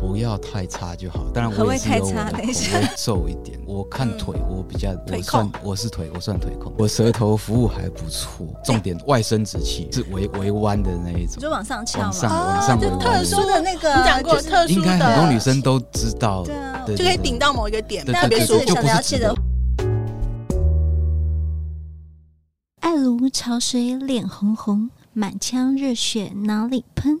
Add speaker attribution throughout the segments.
Speaker 1: 不要太差就好。当然，
Speaker 2: 何
Speaker 1: 我
Speaker 2: 谓
Speaker 1: 也是
Speaker 2: 太
Speaker 1: 有我
Speaker 2: 差
Speaker 1: 的口
Speaker 2: 等一下
Speaker 1: 味瘦一点。我看
Speaker 2: 嗯
Speaker 1: 腿，我比较
Speaker 2: 腿
Speaker 1: 我
Speaker 2: 控
Speaker 1: 算我是腿，我算腿控。我舌头服务还不 错，重点外生殖器是围围弯的那一
Speaker 2: 你
Speaker 1: 种
Speaker 2: 就，往上翘
Speaker 1: 往上
Speaker 2: 嘛，
Speaker 1: 往上围
Speaker 3: 就
Speaker 1: 弯
Speaker 3: 特
Speaker 1: 的那
Speaker 3: 殊
Speaker 1: 种。
Speaker 2: 说的那个
Speaker 3: 你讲过
Speaker 2: 就是
Speaker 3: 特殊
Speaker 1: 应该
Speaker 3: 的
Speaker 1: 很多女生都知道，
Speaker 2: 对啊
Speaker 1: 对
Speaker 3: 就可以顶到某一个点，
Speaker 1: 对
Speaker 2: 那
Speaker 3: 特别
Speaker 2: 别
Speaker 3: 舒
Speaker 2: 是
Speaker 3: 服。
Speaker 1: 就
Speaker 2: 想
Speaker 1: 不是
Speaker 2: 了解的
Speaker 1: 直。
Speaker 4: 爱如潮水，脸红红，满腔热血哪里喷？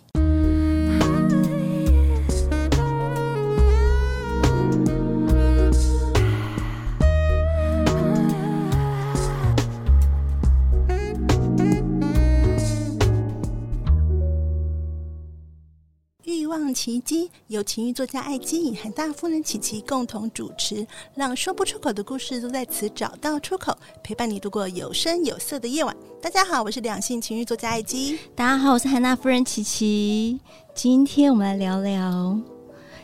Speaker 3: 欲望奇迹由情欲作家艾姬与韩大夫人琪琪共同主持，让说不出口的故事都在此找到出口，陪伴你度过有声有色的夜晚。大家好，我是两性情欲作家艾姬。
Speaker 4: 大家好，我是韩娜夫人琪琪。今天我们来聊聊《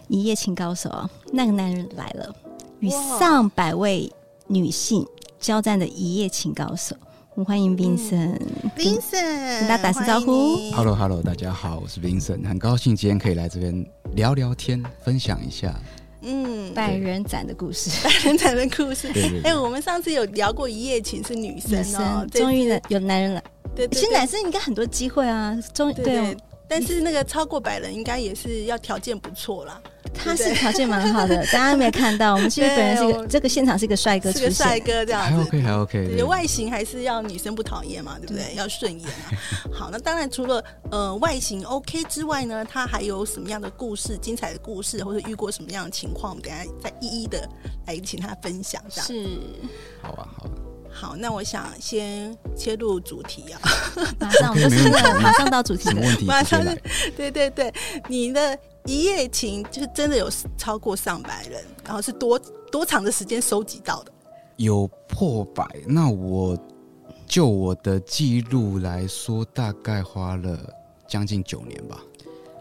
Speaker 4: 一夜情高手》。那个男人来了，与
Speaker 3: 哇
Speaker 4: 上百位女性交战的一夜情高手。我们欢迎 Vincent，、
Speaker 3: 嗯 Vincent，
Speaker 4: 嗯跟大家打声招呼
Speaker 3: 欢迎你
Speaker 1: Hello Hello，大家好，我是 Vincent，很高兴今天可以来这边聊聊天，分享一下。
Speaker 3: 嗯，
Speaker 4: 百人斩的故事。
Speaker 3: 人才的故事。
Speaker 1: 对对
Speaker 3: 哎、
Speaker 1: 对，
Speaker 3: 我们上次有聊过一夜情是女 生
Speaker 4: 女
Speaker 3: 哦
Speaker 4: 生，
Speaker 3: 这
Speaker 4: 终于呢有男人了，
Speaker 3: 对
Speaker 4: 其
Speaker 3: 对
Speaker 4: 实男
Speaker 3: 对
Speaker 4: 生应该很多机会啊。终于
Speaker 3: 对
Speaker 4: 对
Speaker 3: 对
Speaker 4: 哦，，
Speaker 3: 但是那个超过百人应该也是要条件不错啦，
Speaker 4: 他
Speaker 3: 对
Speaker 4: 是
Speaker 3: 对
Speaker 4: 条件蛮好 的，大家没有看到，我们其实本人是一
Speaker 3: 对
Speaker 4: 个
Speaker 3: 我
Speaker 4: 这个现场是一个帅哥
Speaker 3: 是
Speaker 4: 出
Speaker 3: 个
Speaker 4: 现，
Speaker 3: 帅哥这样
Speaker 1: 还
Speaker 3: 子。
Speaker 1: OK 还 OK，
Speaker 3: 对
Speaker 1: 对
Speaker 3: 外形还是要女生不讨厌嘛，对不对？要顺眼啊。 好，那当然除了呃外形 OK 之外呢，他还有什么样的故事、精彩的故事，或者遇过什么样的情况，我们等一下再一一的来请他分享。这样
Speaker 2: 是
Speaker 1: 好啊好啊。
Speaker 3: 好，那我想先切入主题啊。
Speaker 4: 马上我们
Speaker 1: OK，
Speaker 4: 就是
Speaker 1: 没问题
Speaker 4: 马上到主题
Speaker 1: 什么
Speaker 4: 了。
Speaker 1: 问题
Speaker 3: 马
Speaker 1: 直接
Speaker 3: 上
Speaker 1: 来？
Speaker 3: 对对对，你的一夜情就是真的有超过上百人，然后是多多长的时间收集到的？
Speaker 1: 有破百，那我就我的记录来说，大概花了将近九年吧。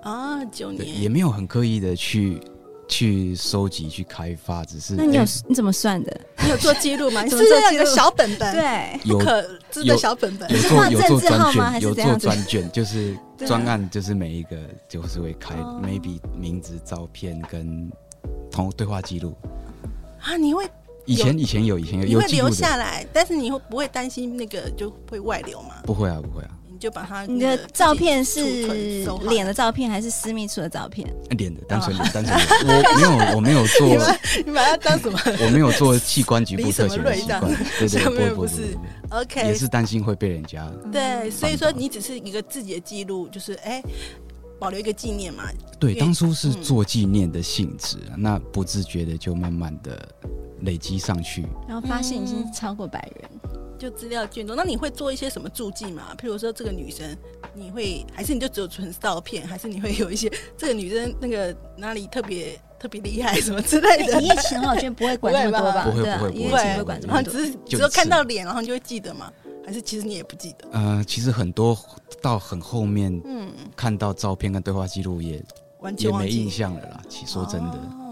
Speaker 3: 啊，九
Speaker 1: 对，也
Speaker 3: 年。
Speaker 1: 没有很刻意的去去收集、去开发，只是
Speaker 4: 那你有
Speaker 1: 哎
Speaker 4: 你怎么算的？
Speaker 3: 你有做记 录吗？啊你是
Speaker 4: 怎
Speaker 3: 不
Speaker 4: 么
Speaker 3: 是
Speaker 4: 做
Speaker 3: 有
Speaker 4: 记
Speaker 3: 一个
Speaker 4: 录
Speaker 3: 小本本？，
Speaker 4: 对，
Speaker 1: 有
Speaker 3: 不可知的
Speaker 1: 有
Speaker 3: 小本本。
Speaker 1: 有
Speaker 4: 是
Speaker 1: 做
Speaker 4: 画
Speaker 1: 有
Speaker 4: 政
Speaker 1: 做
Speaker 4: 治号
Speaker 1: 专
Speaker 4: 吗
Speaker 1: 卷，
Speaker 4: 还是
Speaker 1: 有
Speaker 4: 怎样
Speaker 1: 做
Speaker 4: 子
Speaker 1: 专卷，就是
Speaker 3: 对啊
Speaker 1: 专案，就是每一个就是会开
Speaker 4: 哦
Speaker 1: maybe 名字、照片跟同对话记录。
Speaker 3: 啊，你会
Speaker 1: 以前
Speaker 3: 有
Speaker 1: 以前有，以前有
Speaker 3: 你
Speaker 1: 有
Speaker 3: 会
Speaker 1: 记录
Speaker 3: 留
Speaker 1: 的，
Speaker 3: 下来，但是你会不会担心那个就会外流嘛？
Speaker 1: 不会啊，不会啊，
Speaker 3: 你就把它
Speaker 4: 你
Speaker 3: 那
Speaker 4: 的
Speaker 3: 个自己
Speaker 4: 照片
Speaker 3: 储
Speaker 4: 是
Speaker 3: 存收好
Speaker 4: 脸的照片还是私密处的照片？
Speaker 1: 脸的单纯脸，单纯脸，
Speaker 4: 哦
Speaker 1: 我没有我没有 做
Speaker 3: 你把 你把它当什么
Speaker 1: 我没有做器官局部
Speaker 3: 离什么
Speaker 1: 特权的
Speaker 3: 瑞
Speaker 1: 习
Speaker 3: 这样
Speaker 1: 惯，对
Speaker 3: 这
Speaker 1: 对，
Speaker 3: 样
Speaker 1: 不
Speaker 3: 没
Speaker 1: 会
Speaker 3: 有
Speaker 1: 不
Speaker 3: 不
Speaker 1: 会
Speaker 3: 是
Speaker 1: 不会
Speaker 3: ？OK，
Speaker 1: 也是担心会被人家
Speaker 3: 对，所以说
Speaker 1: 翻倒
Speaker 3: 你只是一个自己的记录，就是哎、保留一个纪念嘛。
Speaker 1: 对，
Speaker 3: 因为嗯
Speaker 1: 当初是做纪念的性质，那不自觉的就慢慢的累积上去。
Speaker 4: 然后发现已经超过百人，
Speaker 3: 就资料卷宗，那你会做一些什么注记嘛？譬如说这个女生，你会还是你就只有存照片，还是你会有一些这个女生那个哪里特别特别厉害什么之类
Speaker 4: 那
Speaker 3: 的
Speaker 4: 哎一？夜 情的话，我觉得不会管这么多吧？
Speaker 1: 不会吧
Speaker 4: 对啊
Speaker 1: 不会
Speaker 4: 一
Speaker 1: 不
Speaker 4: 夜
Speaker 1: 会不
Speaker 4: 情不
Speaker 1: 会
Speaker 4: 会管这
Speaker 3: 然后
Speaker 4: 么多。
Speaker 3: 哦只是只
Speaker 1: 就
Speaker 3: 有看
Speaker 1: 是
Speaker 3: 到脸，然后你就会记得嘛？还是其实你也不记得？
Speaker 1: 呃，其实很多到很后面
Speaker 3: 嗯，
Speaker 1: 看到照片跟对话记录也
Speaker 3: 完全
Speaker 1: 也
Speaker 3: 忘
Speaker 1: 没
Speaker 3: 记
Speaker 1: 印。象了啦。其实说真的，
Speaker 3: 哦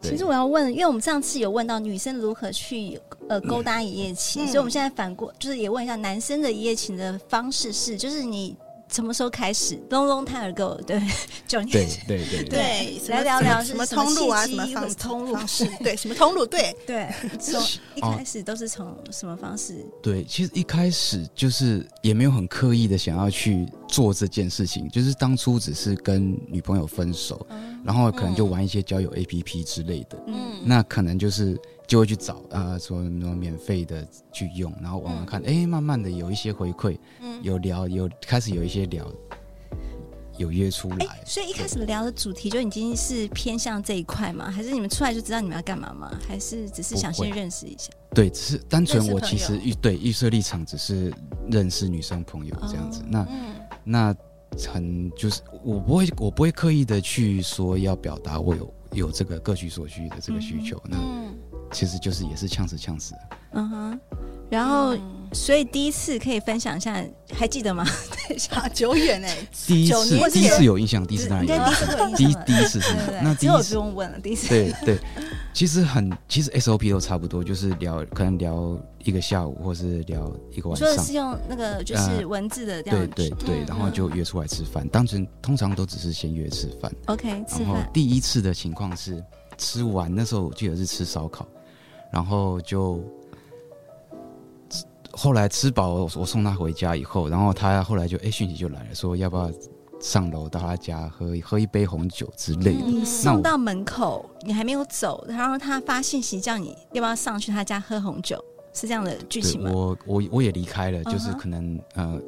Speaker 1: 对
Speaker 4: 其实我要问，因为我们上次有问到女生如何去呃勾搭一夜情，
Speaker 3: 嗯
Speaker 4: 所以我们现在反过就是也问一下男生的一夜情的方式是，就是你什么时候开始？Long long time ago，对， 九年
Speaker 1: 对对对对，
Speaker 3: 对，什么
Speaker 4: 来聊聊是
Speaker 3: 什么
Speaker 4: 什么
Speaker 3: 通路啊，
Speaker 4: 契机
Speaker 3: 什么
Speaker 4: 或
Speaker 3: 方
Speaker 4: 者通路
Speaker 3: 方式，对，什么通路，对，
Speaker 4: 对，从一
Speaker 1: 哦
Speaker 4: 开始都是从什么方式？
Speaker 1: 对，其实一开始就是也没有很刻意的想要去做这件事情，就是当初只是跟女朋友分手，然后可能就玩一些交友 APP 之类的，
Speaker 4: 嗯，
Speaker 3: 嗯，
Speaker 1: 那可能就是就会去找啊、呃说什么免费的去用，然后玩玩看，哎、慢慢的有一些回馈，
Speaker 3: 嗯
Speaker 1: 有聊有开始有一些聊，有约出来。
Speaker 4: 哎、所以一开始聊的主题就已经是偏向这一块吗？还是你们出来就知道你们要干嘛吗？还是只是想
Speaker 1: 不会
Speaker 4: 先认识一下？
Speaker 1: 对，只是单纯
Speaker 3: 认识
Speaker 1: 我
Speaker 3: 朋
Speaker 1: 其实
Speaker 3: 友
Speaker 1: 预对预设立场只是认识女生朋友这样子，
Speaker 4: 哦
Speaker 1: 那
Speaker 3: 嗯
Speaker 1: 那很就是我不会我不会刻意的去说要表达我有有这个各取所需的这个需求，那
Speaker 3: 嗯，
Speaker 1: 其实
Speaker 4: 嗯
Speaker 1: 就是也是呛死呛死。
Speaker 4: 嗯哼，然后、所以第一次可以分享一下还记得吗？
Speaker 3: 对，好久远哎，
Speaker 1: 第一
Speaker 3: 九
Speaker 1: 次
Speaker 3: 年
Speaker 1: 第一
Speaker 3: 前
Speaker 1: 次有印象，第一次当然
Speaker 4: 应
Speaker 1: 有
Speaker 4: 该
Speaker 1: 印
Speaker 4: 第
Speaker 1: 象，
Speaker 4: 一次会有印
Speaker 1: 第一第
Speaker 4: 象了。
Speaker 1: 一次是
Speaker 4: 对对对
Speaker 1: 那第
Speaker 4: 之后
Speaker 1: 一
Speaker 4: 不
Speaker 1: 次
Speaker 4: 用问了，第一次。
Speaker 1: 对对，其实很其实 SOP 都差不多，就是聊可能聊一个下午，或是聊一个
Speaker 4: 我
Speaker 1: 晚
Speaker 4: 说的
Speaker 1: 上
Speaker 4: 是。用那个就
Speaker 1: 呃
Speaker 4: 是文字的这
Speaker 1: 对
Speaker 4: 样。
Speaker 1: 对对，
Speaker 4: 嗯
Speaker 1: 然后就约出来吃饭。当时通常都只是先约吃饭，
Speaker 4: OK 吃
Speaker 1: 然后
Speaker 4: 饭。
Speaker 1: 第一次的情况是吃完，那时候我记得是吃烧烤，然后就后来吃饱，我送他回家以后，然后他后来就哎讯息就来了，说要不要上楼到他家喝喝一杯红酒之类的。
Speaker 4: 嗯你
Speaker 1: 那我
Speaker 4: 送到门口，你还没有走，然后他发信息叫你要不要上去他家喝红酒，是这样的剧
Speaker 1: 对
Speaker 4: 情吗？
Speaker 1: 我我我也离开了，就是
Speaker 4: 嗯哼
Speaker 1: 可能呃。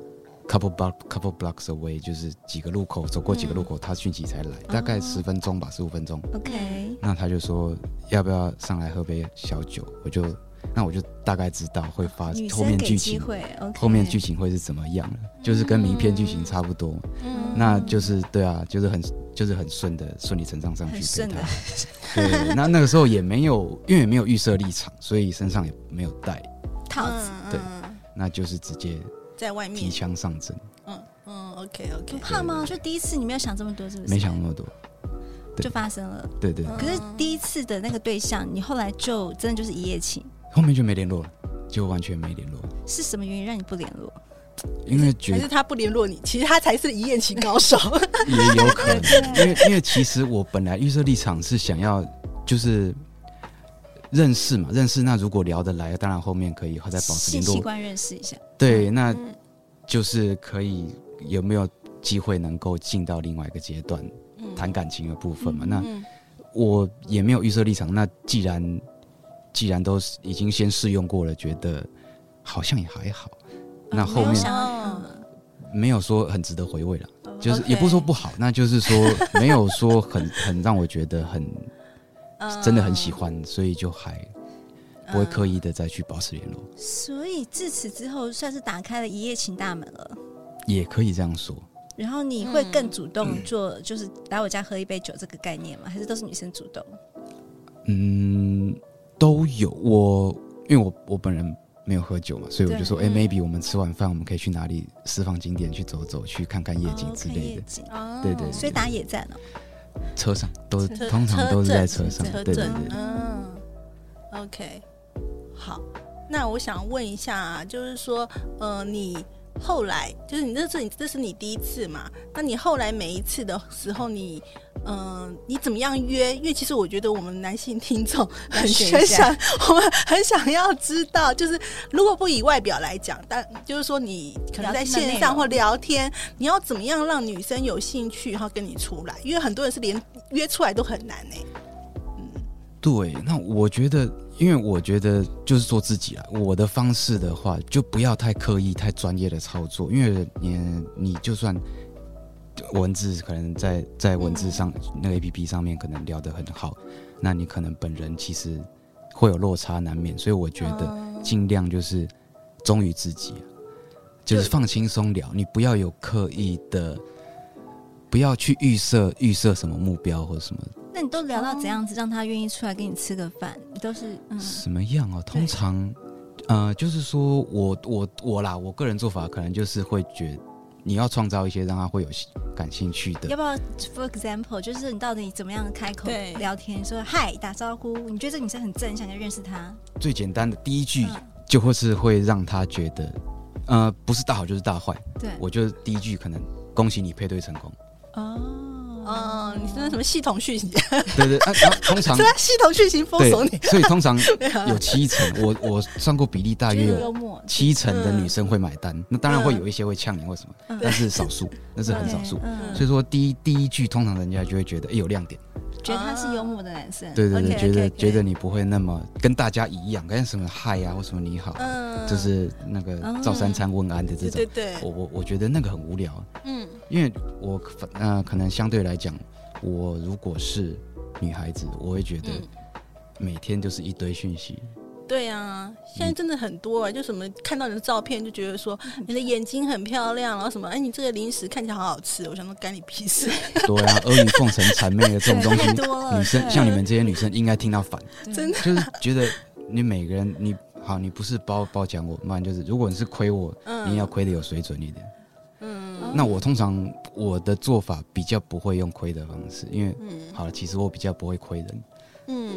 Speaker 1: couple block couple blocks away，就是几个路口，走过几个路口，他讯息才来，大概
Speaker 4: 嗯哦
Speaker 1: 十分钟吧，十五分钟。
Speaker 4: OK，
Speaker 1: 那他就说要不要上来喝杯小酒，我就那我就大概知道会发
Speaker 4: 女
Speaker 1: 啊后
Speaker 4: 生
Speaker 1: 面
Speaker 4: 给
Speaker 1: 剧
Speaker 4: 机
Speaker 1: 情，
Speaker 4: 会，OK。
Speaker 1: 后面剧情会是怎么样了，就是跟名片剧情差不多，
Speaker 4: 嗯
Speaker 3: 嗯
Speaker 1: 那就是对啊，就是很就是很顺的顺理成章上去
Speaker 4: 很
Speaker 1: 陪
Speaker 4: 顺的
Speaker 1: 他。对，那那个时候也没有因为也没有预设立场，所以身上也没有带，
Speaker 4: 套子，
Speaker 1: 对
Speaker 3: 嗯，嗯
Speaker 1: 那就是直接
Speaker 3: 在外
Speaker 1: 提
Speaker 3: 面，
Speaker 1: 枪上阵，
Speaker 3: 嗯嗯，OK OK，
Speaker 4: 不怕吗？就第一次你没有想这么多，是不是？
Speaker 1: 没想那么多。
Speaker 4: 就发生了。
Speaker 1: 对对，
Speaker 3: 嗯
Speaker 4: 可是第一次的那个对象，你后来就真的就是一夜情，
Speaker 1: 后面就没联络了，就完全没联络了，
Speaker 4: 是什么原因让你不联络？
Speaker 1: 因为
Speaker 3: 还
Speaker 1: 觉
Speaker 3: 是他不联络你，其实他才是一夜情高手。
Speaker 1: 也有可 能，因为因为其实我本来预设立场是想要就是认识嘛，认识那如果聊得来，当然后面可以再保持
Speaker 4: 性
Speaker 1: 联
Speaker 4: 器
Speaker 1: 络，
Speaker 4: 官认识一下，
Speaker 1: 对，那就是可以有没有机会能够进到另外一个阶段谈感情的部分嘛？那
Speaker 3: 嗯
Speaker 1: 我也没有预设立场，那既然既然都已经先试用过了，觉得好像也还好，那后
Speaker 4: 啊没有
Speaker 1: 面
Speaker 4: 想到嗯
Speaker 1: 没有说很值得回味了。
Speaker 4: 哦
Speaker 1: 就是
Speaker 3: OK
Speaker 1: 也不是说不好，那就是说没有说很 很让我觉得很
Speaker 4: 嗯
Speaker 1: 真的很喜欢，所以就还不会刻意的再去保持联络，
Speaker 4: 所以自此之后算是打开了一夜情大门了。
Speaker 1: 嗯也可以这样说。
Speaker 4: 然后你会更主动做，就是来我家喝一杯酒这个概念吗？还是都是女生主动？
Speaker 1: 嗯，都有我，因为我我本人没有喝酒嘛，所以我就说，哎、
Speaker 3: 对嗯
Speaker 1: m a y b e 我们吃完饭，我们可以去哪里私房景点去走走，去看看夜景之
Speaker 4: 哦看
Speaker 1: 类
Speaker 4: 夜
Speaker 1: 的。
Speaker 4: 景
Speaker 3: 哦
Speaker 1: 对对对
Speaker 4: 所以打野战哦，
Speaker 1: 车上都是
Speaker 3: 车
Speaker 1: 通常都是在车上，
Speaker 3: 车
Speaker 1: 对对
Speaker 3: 震
Speaker 1: 对。
Speaker 3: 嗯，OK，好，那我想问一下、啊，就是说，呃，你后来就是你这是你这是你第一次嘛？那你后来每一次的时候你。嗯、你怎么样约？因为其实我觉得我们男性听众很
Speaker 4: 学一
Speaker 3: 很
Speaker 4: 下
Speaker 3: 想， 我们很想要知道，就是如果不以外表来讲，但就是说你可能在
Speaker 4: 聊天的内
Speaker 3: 线上
Speaker 4: 容
Speaker 3: 或聊天，你要怎么样让女生有兴趣，然后跟你出来？因为很多人是连约出来都很难欸呢、
Speaker 1: 对，那我觉得，因为我觉得就是做自己啦。我的方式的话，就不要太刻意、太专业的操作，因为你你就算文字可能在在文字上、
Speaker 3: 嗯
Speaker 1: 那个 A P P 上面可能聊得很好，那你可能本人其实会有落差难免，所以我觉得尽量就是忠于自己啊、就是
Speaker 3: 就
Speaker 1: 放轻松聊，你不要有刻意的。不要去预设预设什么目标或什么
Speaker 4: 那你都聊到怎样子让他愿意出来跟你吃个饭？你都是嗯，
Speaker 1: 什么样哦？通常，呃，就是说我我我啦，我个人做法可能就是会觉你要创造一些让他会有兴感兴趣
Speaker 4: 要
Speaker 1: 的。
Speaker 4: 不要？For example，就是你到底怎么样开口
Speaker 3: 对
Speaker 4: 聊天，说嗨打招呼，你觉得这女生很正，你想要认识她？
Speaker 1: 最简单的第一句
Speaker 4: 嗯
Speaker 1: 就会是会让他觉得，呃，不是大好就是大坏。
Speaker 4: 对，
Speaker 1: 我就第一句可能恭喜你配对成功。
Speaker 4: 哦
Speaker 3: 哦，你是那什么系统讯息？
Speaker 1: 对对，啊，然后通 常
Speaker 3: 对啊，系统讯息封
Speaker 1: 对
Speaker 3: 锁你。，
Speaker 1: 所以通常有七成，我我算过比例，大约
Speaker 4: 就是
Speaker 1: 有
Speaker 4: 嗯幽默，
Speaker 1: 七成的女生会买单。那当然会有一些会呛你或什么，但是少数，那是很少数。
Speaker 4: 嗯，
Speaker 1: 所以说第一第一句，通常人家就会觉得，哎、有亮点。
Speaker 4: 觉得他是幽默的男生，
Speaker 1: 对对对觉
Speaker 4: OK，
Speaker 1: 得
Speaker 4: 嗯 OK，OK
Speaker 1: 觉得你不会那么跟大家一样，跟什么嗨啊呀、或什么你好，
Speaker 3: 嗯，
Speaker 1: 就是那个照三餐问安的这哦
Speaker 3: 对
Speaker 1: 种
Speaker 3: 对。对，
Speaker 1: 我我我觉得那个很无聊，
Speaker 3: 嗯
Speaker 1: 因为我可呃可能相对来讲，我如果是女孩子，我会觉得
Speaker 3: 嗯，
Speaker 1: 每天就是一堆讯息，
Speaker 3: 对啊，现在真的很多啊，就什么看到你的照片就觉得说你的眼睛很漂亮，然后什么，哎，你这个零食看起来好好吃，我想说干你 屁事。
Speaker 1: 对啊，阿谀奉承、谄媚的这种东西
Speaker 4: 太，多了，
Speaker 1: 女生
Speaker 4: 对
Speaker 1: 像你们这些女生应该听到烦，
Speaker 4: 对
Speaker 3: 真的
Speaker 1: 就是觉得你每个人你好，你不是褒褒奖我，那就是如果你是亏我，
Speaker 3: 嗯，
Speaker 1: 你也要亏的有水准一点。
Speaker 3: 嗯
Speaker 1: 那我通常我的做法比较不会用亏的方式，因为
Speaker 3: 嗯
Speaker 1: 好了，其实我比较不会亏人。
Speaker 3: 嗯，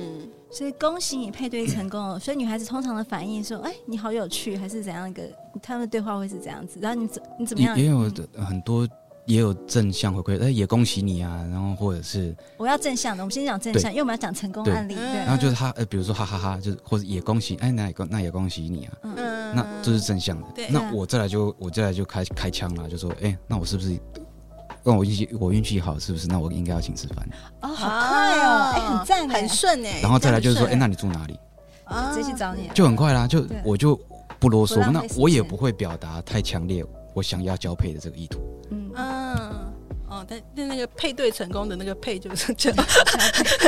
Speaker 4: 所以恭喜你配对成功了。所以女孩子通常的反应说：“哎、你好有趣，还是怎样一个？”他们的对话会是这样子。然后你怎你怎么
Speaker 1: 也
Speaker 4: 样？
Speaker 1: 也有的很多也有正向回馈，哎，也恭喜你啊，然后或者是
Speaker 4: 我要正向的，我们先讲正向，因为我们要讲成功案例。
Speaker 3: 对嗯
Speaker 4: 对
Speaker 1: 然，后就是他呃，比如说哈哈哈，就是或者也恭喜，哎，那也恭那也恭喜你啊，
Speaker 4: 嗯，
Speaker 3: 嗯，
Speaker 1: 那这是正向的
Speaker 3: 对。
Speaker 1: 那我再来就我再来就开开枪了，就说，哎，那我是不是？那我运气我运气好是不是？那我应该要请吃饭。
Speaker 4: 哦，好快哦，哎、很赞哎
Speaker 3: 啊很，顺哎。
Speaker 1: 然后再来就是说，
Speaker 3: 这
Speaker 1: 哎，
Speaker 3: 样
Speaker 1: 那你住哪里？
Speaker 3: 很顺
Speaker 4: 直接去找你。啊
Speaker 1: 就很快啦，就
Speaker 4: 对
Speaker 1: 我就不啰
Speaker 4: 不
Speaker 1: 嗦，
Speaker 4: 浪费
Speaker 1: 那
Speaker 4: 时间
Speaker 1: 我也不会表达太强烈我想要交配的这个意图。
Speaker 4: 嗯，
Speaker 3: 嗯。哦，但但那个配对成功的那个配就是这 样，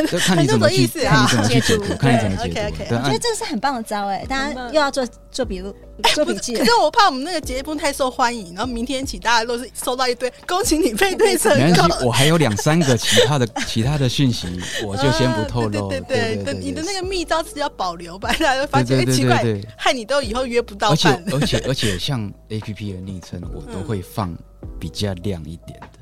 Speaker 1: 就看你怎么去，
Speaker 3: 很多种意思
Speaker 1: 看
Speaker 3: 啊
Speaker 1: 你怎么去解
Speaker 4: 解
Speaker 1: 读，
Speaker 4: 读
Speaker 1: 看你怎么解
Speaker 3: 对
Speaker 1: 读。
Speaker 3: ，OK，OK，
Speaker 1: 对，
Speaker 4: 我
Speaker 1: 啊
Speaker 4: 觉得这是很棒的招哎，大
Speaker 3: 很
Speaker 4: 家
Speaker 3: 棒
Speaker 4: 又要做做笔录、做笔记
Speaker 3: 可。是我怕我们那个节目太受欢迎，然后明天起大家都是收到一堆恭喜你配对成
Speaker 1: 没
Speaker 3: 功
Speaker 1: 关，系，我还有两三个其他的其他的讯息，我就先不透露。
Speaker 3: 啊对
Speaker 1: 对
Speaker 3: 对对，你的那
Speaker 1: 个，
Speaker 3: 个密招是要保留吧，大家就发现
Speaker 1: 对对
Speaker 3: 哎
Speaker 1: 对
Speaker 3: 奇怪
Speaker 1: 对对，
Speaker 3: 害你都以后约不到
Speaker 1: 而且呃
Speaker 3: 饭。
Speaker 1: 而且而且像 A P P 的昵称，我都
Speaker 4: 嗯
Speaker 1: 会放比较亮一点的，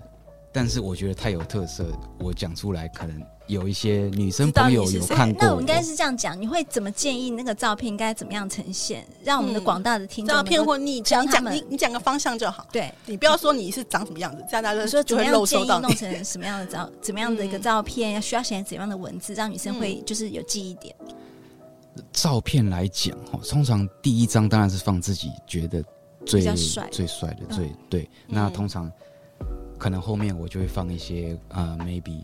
Speaker 1: 但是我觉得太有特色，我讲出来可能有一些女生朋友有看过
Speaker 4: 那我应该是这样讲，你会怎么建议那个照片应该怎么样呈现，让我们的
Speaker 3: 嗯
Speaker 4: 广大的听众
Speaker 3: 照
Speaker 4: 能够
Speaker 3: 片或昵称，
Speaker 4: 教
Speaker 3: 你
Speaker 4: 他
Speaker 3: 讲
Speaker 4: 们
Speaker 3: 你你讲个方向就好，
Speaker 4: 对，
Speaker 3: 你不要说你是长什么样子，这样大家
Speaker 4: 你
Speaker 3: 就
Speaker 4: 说
Speaker 3: 就
Speaker 4: 怎
Speaker 3: 会
Speaker 4: 么
Speaker 3: 漏
Speaker 4: 样建
Speaker 3: 收
Speaker 4: 议
Speaker 3: 到嗯
Speaker 4: 弄
Speaker 3: 你。
Speaker 4: 成什么样的照，怎么样的一个照片，要需要写怎样的文字，让女生
Speaker 3: 嗯
Speaker 4: 会就是有记忆点。
Speaker 1: 照片来讲，哈，通常第一张当然是放自己觉得最
Speaker 4: 比较帅
Speaker 1: 最帅的
Speaker 4: 嗯
Speaker 1: 最、对。那通常可能后面我就会放一些呃，maybe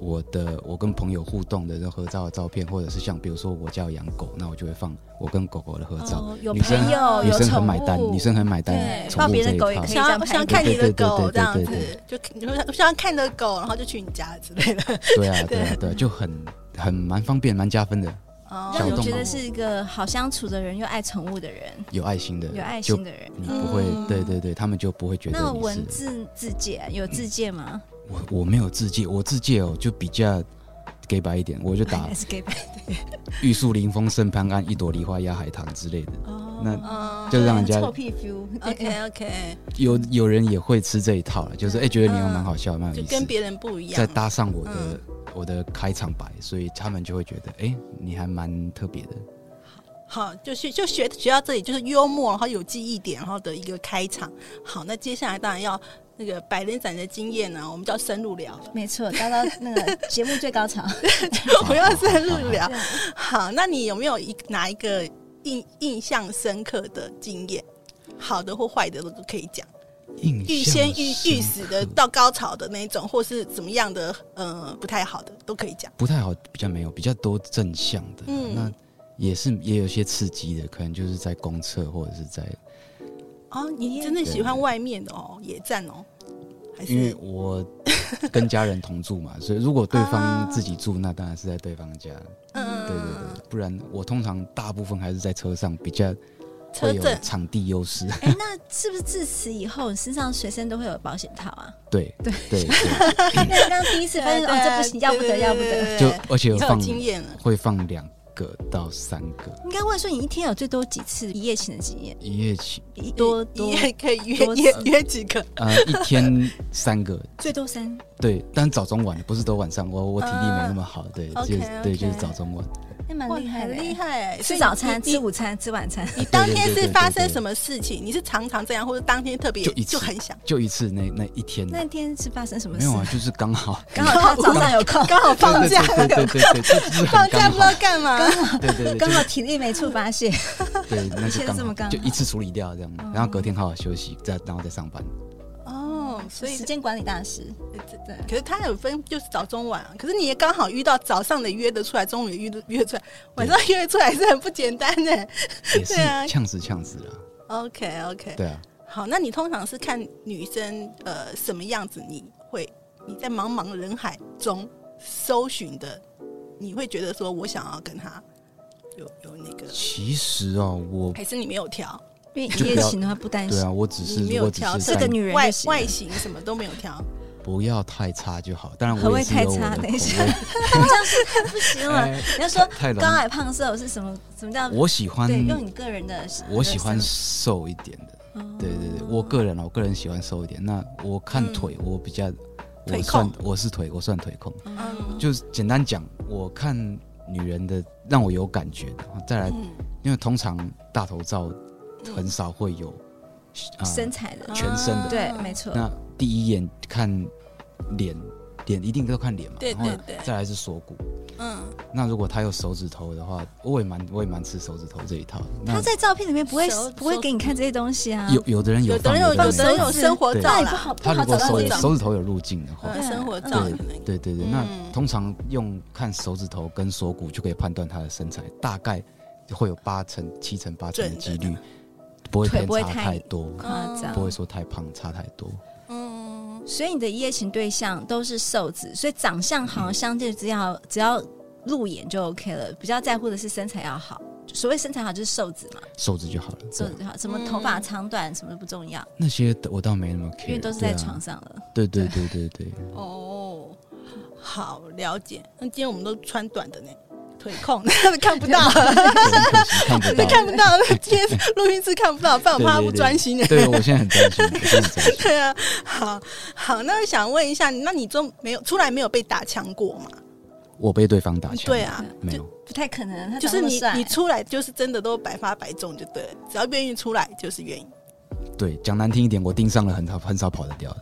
Speaker 1: 我的我跟朋友互动的这合照的照片，或者是像比如说我家有养狗，那我就会放我跟狗狗的合照。
Speaker 4: 哦，有
Speaker 1: 女生
Speaker 4: 朋友，
Speaker 1: 女
Speaker 4: 有
Speaker 1: 生
Speaker 4: 宠
Speaker 1: 很
Speaker 4: 物，
Speaker 1: 买单，女生很买单，
Speaker 4: 对
Speaker 1: 宠
Speaker 4: 抱
Speaker 1: 物
Speaker 4: 别
Speaker 1: 这
Speaker 4: 人
Speaker 1: 一
Speaker 4: 狗也
Speaker 1: 套
Speaker 4: 可以
Speaker 3: 想要
Speaker 4: 这样
Speaker 3: 我
Speaker 4: 拍
Speaker 3: 想看你的
Speaker 1: 对对对对对
Speaker 3: 狗这样
Speaker 1: 对
Speaker 3: 子，就你我想看你的狗，然后就去你家之类的。
Speaker 1: 对 啊，对啊，对啊，就很很蛮方便，蛮加分的，
Speaker 3: 哦
Speaker 1: 小
Speaker 4: 让
Speaker 1: 动
Speaker 4: 你觉
Speaker 1: 物
Speaker 4: 得是一个好相处的人，又爱宠物的人，
Speaker 1: 有爱心的，
Speaker 4: 有爱
Speaker 1: 就
Speaker 4: 心的人。
Speaker 1: 你不会，
Speaker 3: 嗯
Speaker 1: 对对对，他们就不会觉得
Speaker 4: 那
Speaker 1: 你是嗯
Speaker 4: 文字自介有自介吗？
Speaker 1: 我我没有自介，我自介哦就比较 gay 白一点，我就 打
Speaker 4: 还是 gay 版
Speaker 1: 玉树临风胜潘安，一朵梨花压海棠之类的，
Speaker 4: 哦
Speaker 1: 那
Speaker 3: 嗯
Speaker 1: 就让人家
Speaker 4: 臭屁 feel。
Speaker 3: ，OK OK，
Speaker 1: 有有人也会吃这一套了，
Speaker 4: 嗯
Speaker 1: 就是哎、觉得你又蛮好笑，蛮有
Speaker 3: 就
Speaker 1: 意
Speaker 3: 跟
Speaker 1: 思，
Speaker 3: 别人不一样
Speaker 1: 再。搭上我的、
Speaker 4: 嗯
Speaker 1: 我的开场白，所以他们就会觉得哎、你还蛮特别的，
Speaker 3: 好，就是就学学到这里，就是幽默，然后有记忆点，然后的一个开场。好，那接下来当然要那个百人展的经验呢，我们就要深入聊了。
Speaker 4: 没错，达到那个节目最高潮。
Speaker 3: 不要深入
Speaker 1: 啊
Speaker 3: 聊
Speaker 4: 对。
Speaker 3: 好，那你有没有一哪一个印印象深刻的经验？好的或坏的都可以讲，
Speaker 1: 印
Speaker 3: 预
Speaker 1: 象
Speaker 3: 先预预死的
Speaker 1: 深刻
Speaker 3: 到高潮的那一种，或是怎么样的呃不太好的都可以讲。
Speaker 1: 不太好，比较没有，比较多正向的。
Speaker 3: 嗯
Speaker 1: 那也是也有一些刺激的，可能就是在公厕或者是在，
Speaker 3: 哦，你真
Speaker 1: 嗯
Speaker 3: 的喜欢外面的哦，野战哦，还
Speaker 1: 因为
Speaker 3: 是
Speaker 1: 我跟家人同住 嘛，所以如果对
Speaker 3: 啊
Speaker 1: 方自己住，那当然是在对方家。
Speaker 3: 嗯
Speaker 1: 对对对，不然我通常大部分还是在车上，比较
Speaker 3: 车
Speaker 1: 会有
Speaker 3: 震
Speaker 1: 场地优 势。
Speaker 4: 哎，那是不是自此以后你身上随身都会有保险 套啊？
Speaker 1: 对对对，
Speaker 4: 那你刚第一次发现哦，这不行，要不得，要不得。
Speaker 1: 就而且有
Speaker 3: 你有
Speaker 1: 放
Speaker 3: 经验了。
Speaker 1: 会放两个到三个
Speaker 4: 应该问说，你一天有最多几次一夜情的经验？
Speaker 1: 一夜情，
Speaker 4: 一多
Speaker 3: 你
Speaker 4: 多
Speaker 3: 也可以约
Speaker 4: 多
Speaker 3: 约约几个，
Speaker 1: 呃，一天三个。
Speaker 4: 最多三，
Speaker 1: 对，但早中晚不是都晚上，我我体力
Speaker 3: 呃
Speaker 1: 没那么好，对，就是对，
Speaker 3: OK，OK
Speaker 1: 就是早中晚。
Speaker 4: 那蛮
Speaker 3: 哇
Speaker 4: 厉害的
Speaker 3: 很
Speaker 4: 欸。
Speaker 3: 厉害。所
Speaker 4: 吃
Speaker 3: 以
Speaker 4: 早餐、
Speaker 3: 你
Speaker 4: 吃午餐、吃晚餐，
Speaker 3: 你当天
Speaker 1: 对对对
Speaker 3: 是发
Speaker 1: 对
Speaker 3: 生
Speaker 1: 对
Speaker 3: 什么事情？你是常常这样，或者当天特别
Speaker 1: 就一次
Speaker 3: 就很想
Speaker 1: 就一次那那一天啊、
Speaker 4: 那天是发生什么
Speaker 1: 没
Speaker 4: 事
Speaker 1: 有？啊，就是刚好
Speaker 4: 刚好他早上有 空，
Speaker 3: 刚好放假
Speaker 1: 对对对对对，对就是
Speaker 3: 放
Speaker 1: 很刚
Speaker 3: 假哦不知道
Speaker 1: 好，
Speaker 3: 干嘛，
Speaker 1: 对对对，
Speaker 4: 刚好
Speaker 1: 就
Speaker 4: 体力没处发泄。
Speaker 1: 对，那就
Speaker 4: 这么
Speaker 1: 刚好，
Speaker 4: 刚好
Speaker 1: 就一次处理掉这样，然后隔天好好休息，再然后再上班。
Speaker 3: 哦，所以
Speaker 4: 时间管理大师，对，
Speaker 3: 可是他有分，就是早中晚、啊。可是你也刚好遇到早上的约得出来，中午也约得约得出来，晚上约得出来是很不简单的。
Speaker 1: 也是
Speaker 3: 对啊
Speaker 1: 呛死呛死了，
Speaker 3: OK OK，
Speaker 1: 对啊，
Speaker 3: 好，那你通常是看女生呃什么样子？你会你在茫茫人海中搜寻的，你会觉得说我想要跟他有有那个，
Speaker 1: 其实哦，我
Speaker 3: 还是你没有挑
Speaker 4: 因为一夜情的话不担
Speaker 1: 对
Speaker 4: 心。
Speaker 1: 啊，我只
Speaker 3: 你没
Speaker 1: 是
Speaker 3: 有
Speaker 1: 我只
Speaker 3: 挑
Speaker 1: 是
Speaker 3: 这
Speaker 1: 三
Speaker 4: 个女人
Speaker 3: 外
Speaker 4: 就行了
Speaker 3: 外形什么都没有挑？
Speaker 1: 不要太差就好。当然
Speaker 4: 何
Speaker 1: 我
Speaker 4: 谓
Speaker 1: 也是
Speaker 4: 太
Speaker 1: 有我
Speaker 4: 差
Speaker 1: 的
Speaker 4: 等
Speaker 1: 口
Speaker 4: 一下
Speaker 1: 味，
Speaker 4: 好像是不行了。
Speaker 1: 哎
Speaker 4: 你要说
Speaker 1: 太容易
Speaker 4: 高矮胖瘦是什么？什么叫？
Speaker 1: 我喜欢
Speaker 4: 对，用你个人的，
Speaker 1: 我喜欢瘦一点的，
Speaker 3: 哦
Speaker 1: 对对对，我个人啊我个人喜欢瘦一点。那我看腿，我比较我
Speaker 3: 嗯腿
Speaker 1: 算
Speaker 3: 控
Speaker 1: 我是腿，我算腿控。
Speaker 3: 嗯，
Speaker 1: 就是简单讲，我看女人的让我有感觉的，再来，
Speaker 3: 嗯
Speaker 1: 因为通常大头照很少会有啊、
Speaker 3: 嗯
Speaker 4: 身材的，嗯
Speaker 1: 全身的
Speaker 4: 对，没错，
Speaker 1: 那第一眼看脸，脸一定都看脸嘛，
Speaker 3: 对
Speaker 1: 然后
Speaker 3: 对对
Speaker 1: 再来是锁骨。
Speaker 3: 嗯，
Speaker 1: 那如果他有手指头的话，我也蛮我也蛮吃手指头这一套的。
Speaker 4: 他
Speaker 1: 那
Speaker 4: 在照片里面不会
Speaker 3: 手
Speaker 4: 不会给你看这些东西啊。
Speaker 1: 有有的人有
Speaker 3: 有的
Speaker 1: 放，
Speaker 3: 人有
Speaker 1: 的
Speaker 3: 有
Speaker 1: 人
Speaker 3: 的人有
Speaker 4: 手指
Speaker 3: 生活
Speaker 1: 对
Speaker 3: 照
Speaker 4: 那你不
Speaker 3: 啦，
Speaker 4: 好不
Speaker 1: 他
Speaker 4: 好
Speaker 1: 如果
Speaker 4: 找到
Speaker 1: 手
Speaker 4: 你
Speaker 1: 有
Speaker 3: 照
Speaker 1: 手指头有路径的话，
Speaker 3: 嗯，生活照可能
Speaker 1: 对对对，
Speaker 3: 嗯
Speaker 1: 那通常用看手指头跟锁骨就可以判断他的身材，大概会有八成、七成、八成的几
Speaker 3: 准
Speaker 1: 率不会
Speaker 4: 腿
Speaker 1: 偏
Speaker 4: 不会
Speaker 1: 差
Speaker 4: 太
Speaker 1: 太多，
Speaker 4: 夸张
Speaker 1: 不会说太胖差太多。
Speaker 3: 嗯，
Speaker 4: 所以你的一夜情对象都是瘦子，所以长相好像相对只要只要入眼就 OK 了，比较在乎的是身材要好。所谓身材好就是瘦子嘛，
Speaker 1: 瘦子就好了，
Speaker 4: 瘦
Speaker 1: 对
Speaker 4: 子就
Speaker 3: 嗯
Speaker 4: 好，什么头发长短什么都不重要，
Speaker 1: 那些我倒没那么 care，
Speaker 4: 因为都是在
Speaker 1: 对啊
Speaker 4: 床上了。
Speaker 1: 对对对对 对，
Speaker 3: 哦，好了解。那今天我们都穿短的呢，腿控 啊看不到，
Speaker 1: 很可惜看不到。
Speaker 3: 看不到。今天录音室看不到，不然我
Speaker 1: 对
Speaker 3: 怕他
Speaker 1: 对
Speaker 3: 不
Speaker 1: 对
Speaker 3: 专心。
Speaker 1: 对，我现在很担心，我现在很担心。
Speaker 3: 对啊，好好，那我想问一下，那你都没有出来没有被打枪过吗？
Speaker 1: 我被对方打枪，
Speaker 3: 对，啊，
Speaker 1: 没
Speaker 3: 就
Speaker 1: 有，
Speaker 4: 不太可能，他
Speaker 3: 就
Speaker 4: 长
Speaker 3: 是
Speaker 4: 那么
Speaker 3: 你
Speaker 4: 帅
Speaker 3: 你出来就是真的都百发百中就对了，只要愿意出来就是愿意。
Speaker 1: 对，讲难听一点，我盯上了很少很少跑得掉的。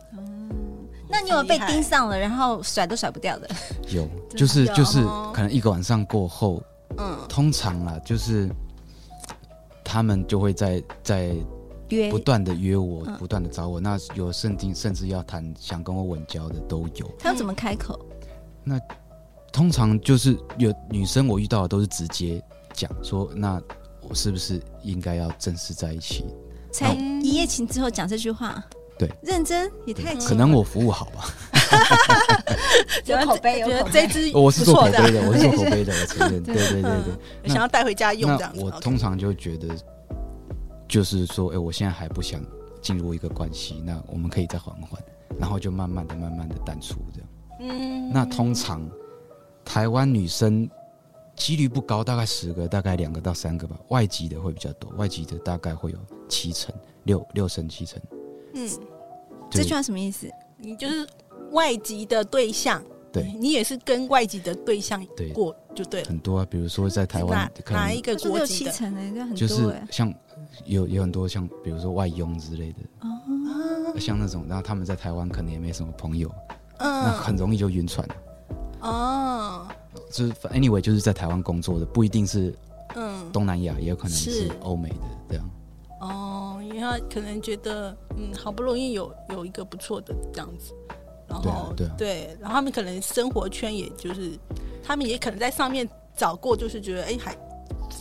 Speaker 4: 那你有被盯上了，然后甩都甩不掉的，
Speaker 1: 有，就是
Speaker 3: 有
Speaker 1: 就是
Speaker 3: 哦，
Speaker 1: 可能一个晚上过后，
Speaker 3: 嗯，
Speaker 1: 通常啦，就是他们就会在在
Speaker 4: 约
Speaker 1: 不断的约我，
Speaker 4: 嗯
Speaker 1: 不断的找我。那有甚至甚至要谈想跟我稳交的都有。
Speaker 4: 他要怎么开口？
Speaker 3: 嗯
Speaker 1: 通常就是有女生我遇到的都是直接讲说，那我是不是应该要正式在一起？
Speaker 4: 才
Speaker 3: 嗯
Speaker 4: 一夜情之后讲这句话，
Speaker 1: 对，
Speaker 4: 认真也太
Speaker 3: 嗯
Speaker 1: 可能我服务好吧，
Speaker 4: 有口碑有
Speaker 3: 觉得
Speaker 4: 口碑，
Speaker 3: 这只
Speaker 1: 我是
Speaker 3: 不
Speaker 1: 做口
Speaker 3: 错的
Speaker 1: 碑的，我是做口碑的，我承 认。对对对对
Speaker 3: 嗯。想要带回家用这样子。
Speaker 1: 那我
Speaker 3: OK
Speaker 1: 通常就觉得，就是说，哎、我现在还不想进入一个关系，那我们可以再缓缓，然后就慢慢的、慢慢的淡出这样。
Speaker 3: 嗯
Speaker 1: 那通常台湾女生几率不高，大概十个，大概两个到三个吧。外籍的会比较多，外籍的大概会有七成、六六成、七成。
Speaker 3: 嗯，
Speaker 4: 这
Speaker 1: 对
Speaker 4: 句话什么意思？
Speaker 3: 你就是外籍的对象，
Speaker 1: 对，
Speaker 3: 你也是跟外籍的对象
Speaker 1: 对
Speaker 3: 过就对了。
Speaker 1: 很多啊，比如说在台湾
Speaker 3: 哪
Speaker 1: 可
Speaker 3: 哪
Speaker 1: 能
Speaker 3: 一个欸
Speaker 4: 他说
Speaker 3: 国
Speaker 4: 六
Speaker 3: 籍
Speaker 4: 七
Speaker 3: 的？
Speaker 4: 成呢，就很
Speaker 1: 就是
Speaker 4: 多哎。
Speaker 1: 像有有很多像比如说外佣之类的，
Speaker 4: 哦
Speaker 3: 啊
Speaker 1: 像那种，然后他们在台湾可能也没什么朋友，那
Speaker 3: 嗯，
Speaker 1: 很容易就晕船。
Speaker 3: 哦，
Speaker 1: 就是 anyway，就是在台湾工作的，不一定是
Speaker 3: 嗯，
Speaker 1: 东南亚，也有可能
Speaker 3: 是
Speaker 1: 是欧美的这样。
Speaker 3: 哦，因为他可能觉得，嗯，好不容易有有一个不错的这样子，然
Speaker 1: 对啊
Speaker 3: 后
Speaker 1: 对啊
Speaker 3: 然后他们可能生活圈也就是，他们也可能在上面找过，就是觉得哎还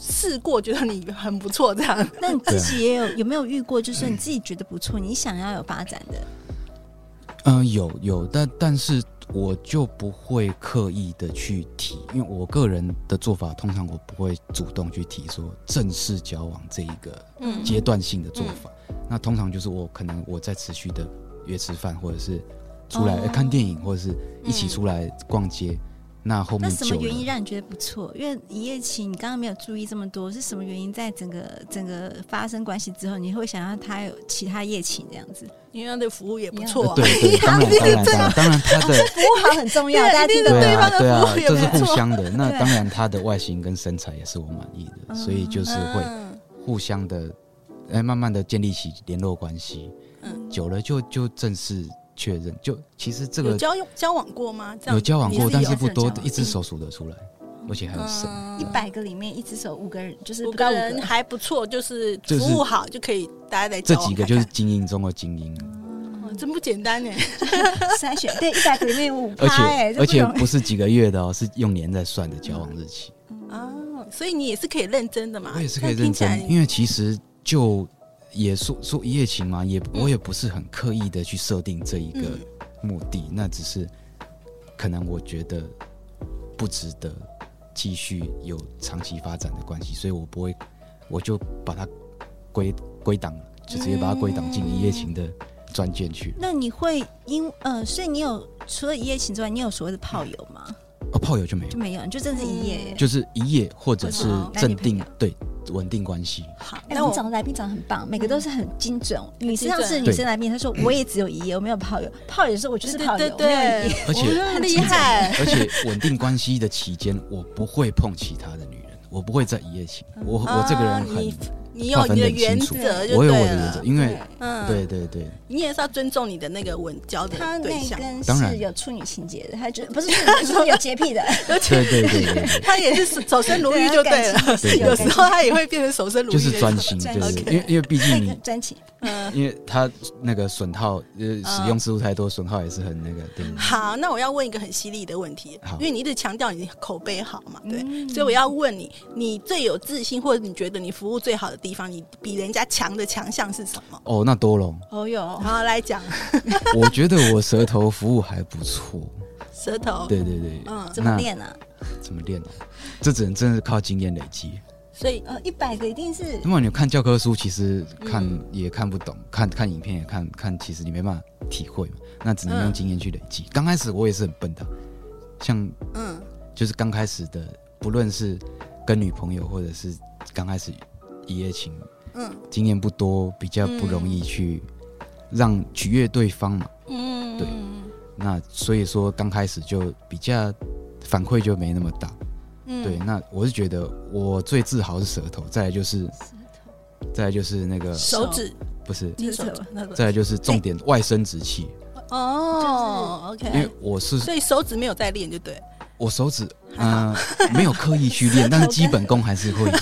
Speaker 3: 试过，觉得你很不错 这样。
Speaker 4: 那你自
Speaker 1: 啊
Speaker 4: 己也有有没有遇过，就是说你自己觉得不错，你想要有发展的，
Speaker 1: 嗯、有有，但但是我就不会刻意的去提，因为我个人的做法，通常我不会主动去提说正式交往这一个
Speaker 3: 嗯
Speaker 1: 阶段性的做法。
Speaker 4: 嗯
Speaker 1: 那通常就是我可能我在持续的约吃饭，或者是出来、
Speaker 4: 哦嗯
Speaker 1: 呃看电影，或者是一起出来逛街。那后
Speaker 4: 那
Speaker 1: 面
Speaker 4: 什么
Speaker 1: 久
Speaker 4: 原因
Speaker 1: 了
Speaker 4: 让你觉得不错？因为一夜情，你刚刚没有注意这么多，是什么原因？在整个整个发生关系之后，你会想要他有其他夜情这样子？
Speaker 3: 因为他的服务也不
Speaker 1: 呃
Speaker 3: 错、啊，
Speaker 1: 对对，当然 当然当然，当然他的
Speaker 4: 服务好很重要，
Speaker 3: 对
Speaker 4: 大家记
Speaker 3: 一定是
Speaker 4: 得。
Speaker 1: 对
Speaker 3: 对
Speaker 1: 啊
Speaker 3: 方的
Speaker 1: 对
Speaker 3: 服务
Speaker 1: 啊，
Speaker 3: 也
Speaker 1: 这是互
Speaker 3: 不错
Speaker 1: 相的。那
Speaker 4: 对
Speaker 1: 当然，他的外形跟身材也是我满意的，所以就是会
Speaker 3: 嗯
Speaker 1: 互相的，哎，慢慢的建立起联络关系，
Speaker 3: 嗯
Speaker 1: 久了就就正式确认。就其实这
Speaker 3: 有
Speaker 1: 个
Speaker 3: 交交往过吗？这样
Speaker 1: 有交往
Speaker 3: 你
Speaker 1: 过，
Speaker 3: 是
Speaker 1: 但
Speaker 3: 有
Speaker 1: 是不多
Speaker 4: 交，往
Speaker 1: 一只手数得出来，而且还有神。
Speaker 3: 嗯
Speaker 4: 一百个里面，一只手五个人，就是
Speaker 3: 五
Speaker 4: 不到
Speaker 3: 个
Speaker 4: 五
Speaker 3: 人
Speaker 4: 个。
Speaker 3: 还不错，就是
Speaker 1: 就是
Speaker 3: 服务好就可以大家来
Speaker 1: 这
Speaker 3: 交往
Speaker 1: 几个
Speaker 3: 看
Speaker 1: 就是
Speaker 3: 看
Speaker 1: 精英中的精英，
Speaker 3: 哦真不简单 哎，
Speaker 4: 筛选，对，一百个里面有五
Speaker 1: 而
Speaker 4: 趴，哎，
Speaker 3: 欸
Speaker 1: 且而
Speaker 4: 这不
Speaker 1: 且
Speaker 4: 容易。
Speaker 1: 不是几个月的哦，是用年在算的交往日期。
Speaker 3: 啊，所以你也是可以认真的嘛，
Speaker 1: 我也是可以认
Speaker 3: 但听起来
Speaker 1: 真，因为其实就也说说一夜情嘛，也我也不是很刻意的去设定这一个
Speaker 3: 嗯
Speaker 1: 目的，那只是可能我觉得不值得继续有长期发展的关系，所以我不会，我就把它归归档，就直接把它归档进一夜情的钻进去。
Speaker 4: 那你会因呃，所以你有除了一夜情之外，你有所谓的炮友吗？
Speaker 1: 哦，炮友就没有
Speaker 4: 就，没有，你就真的是一夜耶。
Speaker 1: 就是一夜或者是
Speaker 3: 哦
Speaker 1: 镇
Speaker 4: 男女
Speaker 1: 定
Speaker 4: 朋友
Speaker 1: 对稳定关系。
Speaker 3: 好，
Speaker 4: 哎、
Speaker 3: 那
Speaker 4: 我
Speaker 3: 我
Speaker 4: 们找的来宾长得很棒，每个都是很精准。女生
Speaker 3: 精
Speaker 4: 要
Speaker 3: 准
Speaker 4: 是女生来宾，她说我也只有一夜，我没有炮友。炮友说我就是炮友，我
Speaker 3: 对
Speaker 4: 没有一
Speaker 3: 对
Speaker 4: 夜。
Speaker 3: 对，
Speaker 1: 而且
Speaker 3: 我觉得很厉害。
Speaker 1: 而且稳定关系的期间，我不会碰其他的女人，我不会再一夜情。我我这个人
Speaker 3: 啊
Speaker 1: 很
Speaker 3: 你，你
Speaker 1: 划
Speaker 3: 有
Speaker 1: 分
Speaker 3: 你的
Speaker 1: 得很
Speaker 3: 原
Speaker 1: 清楚
Speaker 3: 则，就
Speaker 1: 我
Speaker 3: 对
Speaker 1: 有
Speaker 3: 了。
Speaker 1: 我的原则，因为
Speaker 3: 嗯，
Speaker 1: 对对 对，
Speaker 3: 你也是要尊重你的那个稳交的
Speaker 4: 她
Speaker 3: 对
Speaker 4: 那
Speaker 3: 象，
Speaker 4: 根
Speaker 1: 当
Speaker 4: 是
Speaker 1: 然
Speaker 4: 有处女情节的，她就不是处女，是有洁癖的，
Speaker 1: 对对对 对对，
Speaker 3: 他也是守身如玉就对 了。
Speaker 4: 了
Speaker 1: 对
Speaker 3: 有时候他也会变成守身如玉，
Speaker 1: 就是专心，
Speaker 4: 专
Speaker 1: 对
Speaker 4: 心
Speaker 1: 对，对因为因为毕竟你
Speaker 4: 专情。
Speaker 3: 嗯，
Speaker 1: 因为它那个损耗，呃，使用次数太多，损耗也是很那个，对。
Speaker 3: 好，那我要问一个很犀利的问题
Speaker 1: 好，
Speaker 3: 因为你一直强调你口碑好嘛，对，
Speaker 4: 嗯
Speaker 3: 所以我要问你，你最有自信，或者你觉得你服务最好的地方，你比人家强的强项是什么？
Speaker 1: 哦，那多了，
Speaker 4: 哦哟，
Speaker 3: 好，来讲
Speaker 1: 我觉得我舌头服务还不 错。
Speaker 3: 舌头，
Speaker 1: 对对对，
Speaker 3: 嗯，
Speaker 4: 怎么
Speaker 1: 那
Speaker 4: 练啊？
Speaker 1: 怎么练呢？这只能真是靠经验累积。
Speaker 3: 所以
Speaker 4: 呃，一百个一定是
Speaker 1: 那么你看教科书，其实看
Speaker 3: 嗯
Speaker 1: 也看不懂，看看影片也看看，其实你没办法体会嘛，那只能
Speaker 3: 嗯
Speaker 1: 用经验去累积。刚开始我也是很笨的，像
Speaker 3: 嗯，
Speaker 1: 就是刚开始的，不论是跟女朋友，或者是刚开始一夜情，
Speaker 3: 嗯，
Speaker 1: 经验不多，比较不容易去让取悦对方嘛。
Speaker 3: 嗯，
Speaker 1: 对那所以说刚开始就比较反馈就没那么大。
Speaker 3: 嗯
Speaker 1: 对，，那我是觉得我最自豪是舌头，再来就是再来就是那个
Speaker 3: 手指，
Speaker 1: 不是，
Speaker 4: 你
Speaker 3: 你
Speaker 4: 是什么
Speaker 3: 手指那个，
Speaker 1: 再来就是重点外生殖器，
Speaker 3: 哦
Speaker 1: 因
Speaker 3: ，OK，
Speaker 1: 为我是
Speaker 3: 所以手指没有在练，就对，
Speaker 1: 我手指。嗯、没有刻意去练，但是基本功还是会有。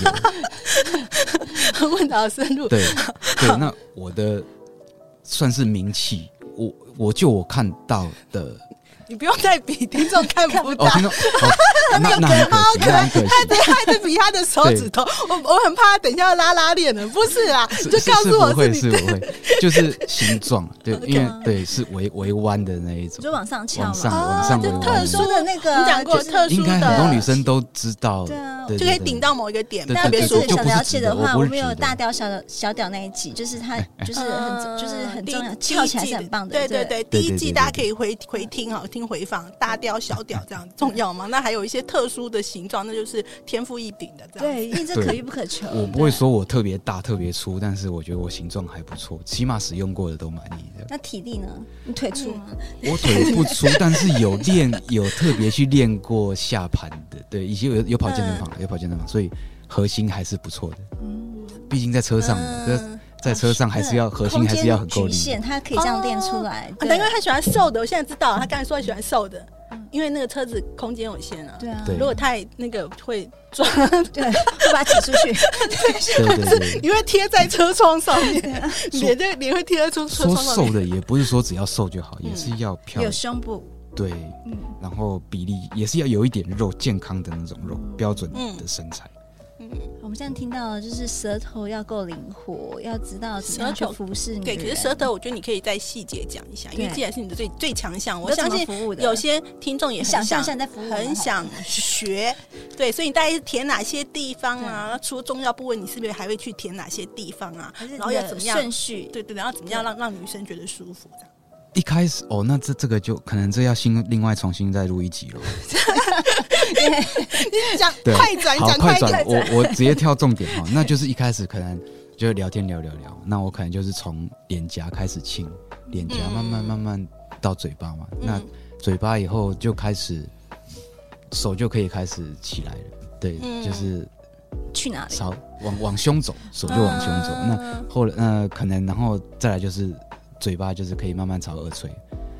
Speaker 3: 问到深入，
Speaker 1: 对对，那我的算是名气，我我就我看到的
Speaker 3: 你不用再比听众看不到
Speaker 1: 哦，，听到 哦，那那很可惜，那很可惜，
Speaker 3: 还是比他的手指头，我我很怕他等一下要拉拉链了，不是啦，
Speaker 1: 是
Speaker 3: 你就是告诉我
Speaker 1: 不会
Speaker 3: 你
Speaker 1: 是不会，就是形 状，对，因为
Speaker 4: OK
Speaker 1: 对是围围弯的那一种
Speaker 4: 就，往上翘
Speaker 1: 往上
Speaker 4: 嘛。
Speaker 1: 往上
Speaker 3: 就
Speaker 1: 围
Speaker 3: 特
Speaker 1: 弯
Speaker 3: 殊
Speaker 1: 的，
Speaker 4: 说的那个
Speaker 3: 你讲过
Speaker 4: 就是
Speaker 3: 特殊
Speaker 1: 应该很
Speaker 3: 的，
Speaker 1: 多女生都知道，
Speaker 4: 对啊
Speaker 1: 对
Speaker 3: 就可以顶。到某一个点，
Speaker 1: 对
Speaker 3: 特别
Speaker 4: 但
Speaker 3: 舒
Speaker 4: 是
Speaker 1: 就
Speaker 3: 服
Speaker 1: 不
Speaker 4: 想
Speaker 1: 是
Speaker 4: 了解的
Speaker 1: 直的
Speaker 4: 话，
Speaker 1: 我不
Speaker 4: 我
Speaker 1: 是
Speaker 4: 们有
Speaker 1: 直的
Speaker 4: 大屌小小屌那一集，就是它就是很就是很重要，
Speaker 3: 第
Speaker 4: 翘起来是很棒的。
Speaker 3: 对对对，第
Speaker 1: 对
Speaker 3: 一
Speaker 1: 对
Speaker 3: 季
Speaker 1: 对
Speaker 3: 大家可以回回听哈，听回放，大雕小雕这样重要吗？那还有一些特殊的形状，那就是天赋异禀的这样。
Speaker 4: 对，因为这
Speaker 1: 对
Speaker 4: 可遇不可求。
Speaker 1: 我不会说我特别大、特别粗，但是我觉得我形状还不错，起码使用过的都满意的。
Speaker 4: 那体力呢？你腿粗吗？
Speaker 1: 我腿不粗，但是有练，有特别去练过下盘的，对，以及有有跑健身房，有跑健身房，所以核心还是不错的。毕竟在车上嘛，
Speaker 3: 嗯
Speaker 1: 在在车上还是要核心还是要很够
Speaker 4: 啊空间
Speaker 1: 力
Speaker 4: 局。限，它可以这样练出来。
Speaker 3: 啊
Speaker 4: 对
Speaker 3: 难怪他喜欢瘦的，我现在知道了，他刚才说他喜欢瘦的，因为那个车子空间有限啊。
Speaker 4: 对啊，
Speaker 1: 对
Speaker 3: 如果太那个会撞，
Speaker 4: 对， 会把它挤出去。
Speaker 1: 对对对，
Speaker 3: 你会贴在车窗上面，脸就脸会贴在车车
Speaker 1: 说
Speaker 3: 窗上
Speaker 1: 瘦
Speaker 3: 面。
Speaker 1: 的也不是说只要瘦就好，也是要漂
Speaker 4: 有
Speaker 1: 亮，
Speaker 4: 胸部，嗯
Speaker 1: 对，然后比例也是要有一点肉，健康的那种肉，标准的身材。
Speaker 4: 我们现在听到的就是舌头要够灵活，要知道怎么样去
Speaker 3: 舌头
Speaker 4: 服侍女
Speaker 3: 对，
Speaker 4: 人。
Speaker 3: 可是舌头，我觉得你可以再细节讲一下，因为
Speaker 4: 对
Speaker 3: 既然是你的最最强项，我
Speaker 4: 都怎
Speaker 3: 相
Speaker 4: 么
Speaker 3: 信
Speaker 4: 服务的
Speaker 3: 有些听众也很
Speaker 4: 想象
Speaker 3: 想
Speaker 4: 一下你在服务我们
Speaker 3: 很想学，对，所以你大概填哪些地方啊？那除了重要部位，你是不是还会去填哪些地方啊
Speaker 4: 还是？你
Speaker 3: 然后要
Speaker 4: 的
Speaker 3: 怎么样？
Speaker 4: 顺序？
Speaker 3: 对对，然后怎么样让让女生觉得舒服？这 样
Speaker 1: 一开始哦，那这这个就可能这要新另外重新再录一集 了。
Speaker 3: 讲
Speaker 1: 对，啊
Speaker 3: 快转，
Speaker 1: 好
Speaker 3: 讲
Speaker 1: 快
Speaker 3: 转，
Speaker 1: 转，我我直接跳重点哈，那就是一开始可能就聊天聊聊聊，那我可能就是从脸颊开始亲，脸颊
Speaker 3: 嗯
Speaker 1: 慢慢慢慢到嘴巴嘛，
Speaker 3: 嗯
Speaker 1: 那嘴巴以后就开始手就可以开始起来了，对，
Speaker 3: 嗯
Speaker 1: 就是
Speaker 4: 去哪里？
Speaker 1: 朝往往胸走，手就往胸走，那
Speaker 3: 嗯
Speaker 1: 后来呃可能然后再来就是嘴巴就是可以慢慢朝耳垂，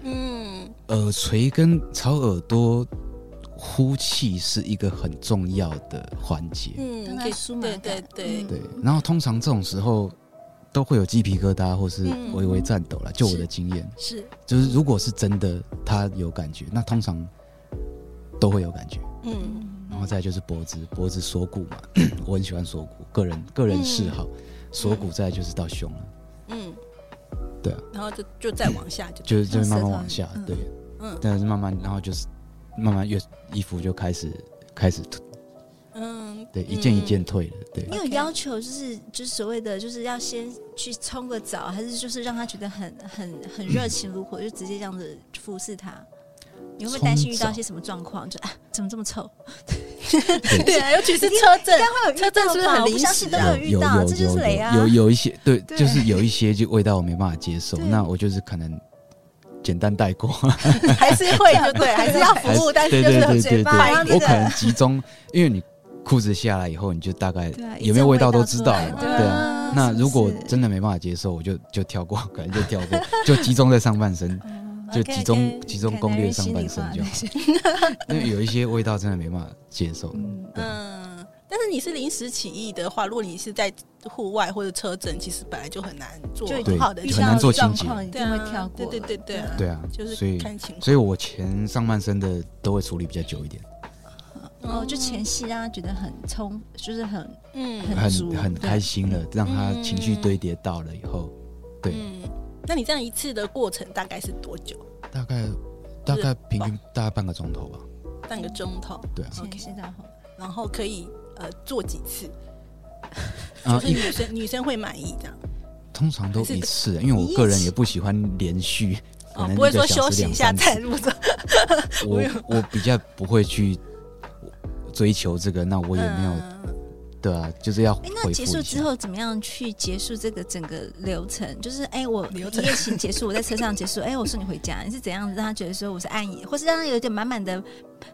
Speaker 3: 嗯
Speaker 1: 耳垂跟朝耳朵呼气是一个很重要的环节。
Speaker 3: 嗯，
Speaker 4: 让它
Speaker 3: 可以
Speaker 4: 舒麻
Speaker 3: 对
Speaker 4: 感
Speaker 3: 对对
Speaker 4: 嗯，
Speaker 1: 对，然后通常这种时候都会有鸡皮疙瘩或是
Speaker 3: 嗯
Speaker 1: 微微颤抖啦。就我的
Speaker 3: 是
Speaker 1: 经验，
Speaker 3: 是，
Speaker 1: 就是如果是真的他有感觉，那通常都会有感觉。
Speaker 3: 嗯
Speaker 1: 然后再来就是脖子，脖子锁骨嘛， 我很喜欢锁骨，个人个人嗜好。锁骨再来就是到胸了，
Speaker 3: 嗯，
Speaker 1: 对啊，
Speaker 3: 然后就就再往下就
Speaker 1: 就是就是
Speaker 4: 舌
Speaker 1: 慢
Speaker 4: 头
Speaker 1: 慢往下，
Speaker 4: 嗯
Speaker 1: 对，
Speaker 3: 嗯
Speaker 1: 但是慢慢然后就是慢慢越衣服就开始开始
Speaker 3: 嗯，
Speaker 1: 对，一件一件退了，对
Speaker 4: 你。有要求就是就是所谓的就是要先去冲个澡，还是就是让他觉得很很很热情如火，就直接这样子服侍他？你会不会担心遇
Speaker 1: 冲
Speaker 4: 到
Speaker 1: 澡
Speaker 4: 一些什么状况？就啊，怎么这么 臭？
Speaker 3: 对啊，尤其是车
Speaker 4: 应
Speaker 3: 震
Speaker 4: 该，会有遇到
Speaker 3: 车震是不是
Speaker 4: 吧
Speaker 3: 很
Speaker 4: 我
Speaker 3: 临
Speaker 4: 不
Speaker 3: 时啊
Speaker 4: 相信都没有遇到，这就是雷啊！
Speaker 1: 有有一些对，
Speaker 4: 对
Speaker 1: 就是有一些就味道我没办法接受，
Speaker 4: 对
Speaker 1: 那我就是可能简单带 过，
Speaker 3: 还是会就 对，还是要服务，但
Speaker 1: 对
Speaker 3: 是就
Speaker 1: 对
Speaker 3: 是
Speaker 1: 对
Speaker 3: 很
Speaker 1: 对
Speaker 4: 哎嘴
Speaker 1: 对，
Speaker 4: 巴然后那
Speaker 1: 我可能
Speaker 4: 个
Speaker 1: 集中，因为你裤子下来以后，你就大概
Speaker 4: 对啊
Speaker 1: 有没有
Speaker 4: 一阵
Speaker 1: 味
Speaker 4: 味
Speaker 1: 道
Speaker 4: 道
Speaker 1: 都知道了
Speaker 4: 出
Speaker 1: 嘛，
Speaker 4: 来
Speaker 1: 对
Speaker 4: 了
Speaker 1: 啊。
Speaker 4: 啊
Speaker 1: 那
Speaker 4: 是不
Speaker 1: 如果
Speaker 4: 是
Speaker 1: 真的没办法接受，我就就跳过，可能就跳过， 就集中在上半身，就集中集中攻略上半身就好。因为有一些味道真的没办法接受。 对
Speaker 3: 嗯，但是你是临时起意的话，如果你是在户外或者车震，其实本来就很难做
Speaker 4: 就
Speaker 1: 对
Speaker 3: 好的
Speaker 1: 很难做清洁
Speaker 4: 一定会跳过。
Speaker 3: 对对对对啊
Speaker 1: 对啊，
Speaker 3: 就是
Speaker 1: 所以
Speaker 3: 看情况。
Speaker 1: 所以我前上半身的都会处理比较久一点，
Speaker 4: 哦，就前戏让他觉得很冲，就是很
Speaker 3: 嗯
Speaker 4: 很足
Speaker 1: 很很开心了，让他
Speaker 3: 嗯
Speaker 1: 情绪堆叠到了以后，对，
Speaker 3: 嗯，那你这样一次的过程大概是多久？
Speaker 4: 嗯
Speaker 1: 大概大概平均大概半个钟头吧，
Speaker 3: 半个钟头，
Speaker 1: 对啊，
Speaker 4: 前戏到后。
Speaker 3: 然后可以呃做几次？就
Speaker 1: 啊
Speaker 3: 是
Speaker 1: 一
Speaker 3: 女生女生会满意这样，
Speaker 1: 通常都一次，欸因为
Speaker 3: 一
Speaker 1: 我
Speaker 3: 次
Speaker 1: 个人也不喜欢连续，可
Speaker 3: 哦，
Speaker 1: 能
Speaker 3: 不会
Speaker 1: 一个
Speaker 3: 说
Speaker 1: 小
Speaker 3: 休
Speaker 1: 时
Speaker 3: 息一
Speaker 1: 两
Speaker 3: 下
Speaker 1: 三
Speaker 3: 再
Speaker 1: 次，
Speaker 3: 入座。
Speaker 1: 我我比较不会去追求这个，那我也没有
Speaker 3: 嗯
Speaker 1: 对啊，就是要回
Speaker 4: 哎、
Speaker 1: 复
Speaker 4: 那
Speaker 1: 一
Speaker 4: 结束之
Speaker 1: 下。
Speaker 4: 后怎么样去结束这个整个流程？就是哎、我一
Speaker 3: 流程
Speaker 4: 夜情结束，我在车上结束，哎、我送你回家，你是怎样子让他觉得说我是爱你，或是让他有一点满满的，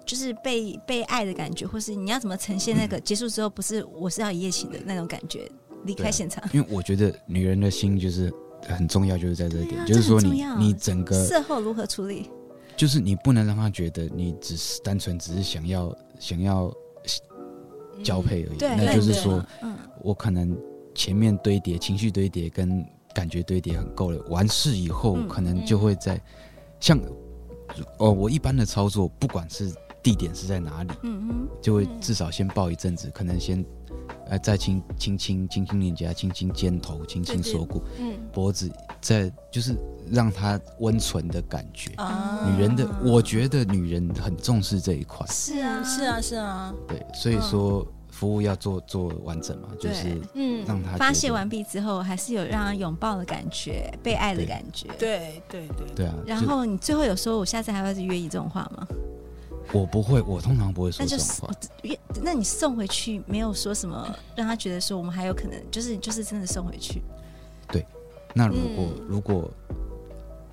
Speaker 4: 就是被被爱的感觉，或是你要怎么呈现那
Speaker 1: 嗯
Speaker 4: 个结束之后不是我是要一夜情的那种感觉，离
Speaker 1: 对
Speaker 4: 开
Speaker 1: 啊
Speaker 4: 现场，
Speaker 1: 因为我觉得女人的心就是很重要，就是在这一点，
Speaker 4: 对啊
Speaker 1: 就是说
Speaker 4: 这很
Speaker 1: 你
Speaker 4: 重要啊
Speaker 1: 你整个
Speaker 4: 事后如何处理？
Speaker 1: 就是你不能让她觉得你只是单纯只是想要想要交配而已，
Speaker 4: 对
Speaker 1: 那就是
Speaker 3: 对
Speaker 1: 说
Speaker 4: 嗯，
Speaker 1: 我可能前面堆叠情绪堆叠跟感觉堆叠很够了，完事以后
Speaker 4: 嗯
Speaker 1: 可能就会在、像哦，我一般的操作，不管是地点是在哪里，
Speaker 4: 嗯
Speaker 1: 就会
Speaker 3: 嗯
Speaker 1: 至少先抱一阵子，可能先呃再轻轻轻轻轻脸颊，轻轻肩头，轻轻
Speaker 3: 对对
Speaker 1: 啊锁骨，
Speaker 3: 嗯
Speaker 1: 脖子，再就是让它温存的感觉。
Speaker 3: 啊
Speaker 1: 女人的，我觉得女人很重视这一块，
Speaker 4: 是
Speaker 3: 嗯是，啊是啊，
Speaker 1: 对，所以说服务要做做完整嘛，就是
Speaker 4: 嗯对
Speaker 3: 嗯，
Speaker 1: 让她
Speaker 4: 发
Speaker 1: 觉
Speaker 4: 泄
Speaker 1: 得
Speaker 4: 完毕之后，还是有让他拥抱的感觉，被爱的
Speaker 1: 对
Speaker 4: 感觉。。
Speaker 3: 对对对，
Speaker 1: 对啊，
Speaker 4: 然
Speaker 1: 就
Speaker 4: 后你最后有说我下次还会再约你这种话吗？
Speaker 1: 我不会，我通常不会说
Speaker 4: 那
Speaker 1: 这
Speaker 4: 就
Speaker 1: 种
Speaker 4: 是
Speaker 1: 话。
Speaker 4: 约，那你送回去没有说什么让他觉得说我们还有可能，就是就是真的送回去，
Speaker 1: 那如果、
Speaker 3: 嗯
Speaker 1: 如果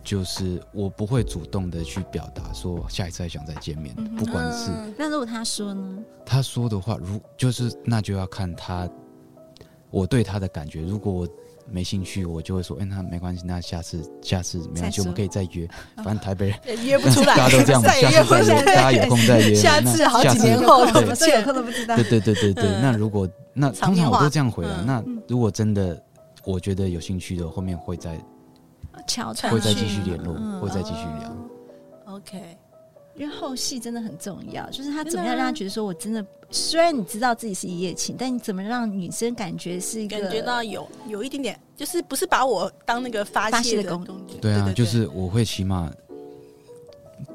Speaker 1: 就是我不会主动的去表达说下一次还想再见面，
Speaker 4: 嗯哼
Speaker 1: 不管是
Speaker 3: 嗯
Speaker 4: 那如果他说呢？
Speaker 1: 他说的话，如就是那就要看他我对他的感觉。如果我没兴趣，我就会说，哎、那没关系，那下次下次没关
Speaker 4: 再
Speaker 1: 系，我
Speaker 4: 说
Speaker 1: 们可以再约。反正台北人
Speaker 3: 也 约不 出来，
Speaker 1: 大家都这样嘛，
Speaker 3: 再也
Speaker 1: 下
Speaker 3: 约
Speaker 1: 次
Speaker 3: 不
Speaker 1: 再
Speaker 3: 出
Speaker 1: 约，大家
Speaker 3: 来。
Speaker 1: 有空再约。
Speaker 3: 下次
Speaker 1: 那
Speaker 3: 好
Speaker 1: 下
Speaker 3: 几
Speaker 1: 次
Speaker 3: 年后
Speaker 1: 对
Speaker 3: 我们
Speaker 4: 这有空都不知 道
Speaker 1: 对。对对对对，
Speaker 3: 嗯
Speaker 1: 那如果那
Speaker 3: 场
Speaker 1: 通
Speaker 3: 面
Speaker 1: 常我
Speaker 3: 话
Speaker 1: 都这样回了。
Speaker 3: 嗯
Speaker 1: 那
Speaker 4: 嗯
Speaker 1: 如果真的我觉得有兴趣的，后面会再
Speaker 4: 悄悄
Speaker 1: 会再继续联络，
Speaker 4: 嗯
Speaker 1: 会再继续聊。
Speaker 3: OK，
Speaker 4: 因为后戏真的很重要，就是他
Speaker 3: 真的
Speaker 4: 怎么样让他觉得说我真的，虽然你知道自己是一夜情，但你怎么让女生感觉是一个
Speaker 3: 感觉到有有一点点，就是不是把我当那个发
Speaker 4: 发
Speaker 3: 泄
Speaker 4: 泄
Speaker 3: 的
Speaker 4: 的
Speaker 3: 工
Speaker 4: 工
Speaker 3: 具，
Speaker 1: 对啊，就是我会起码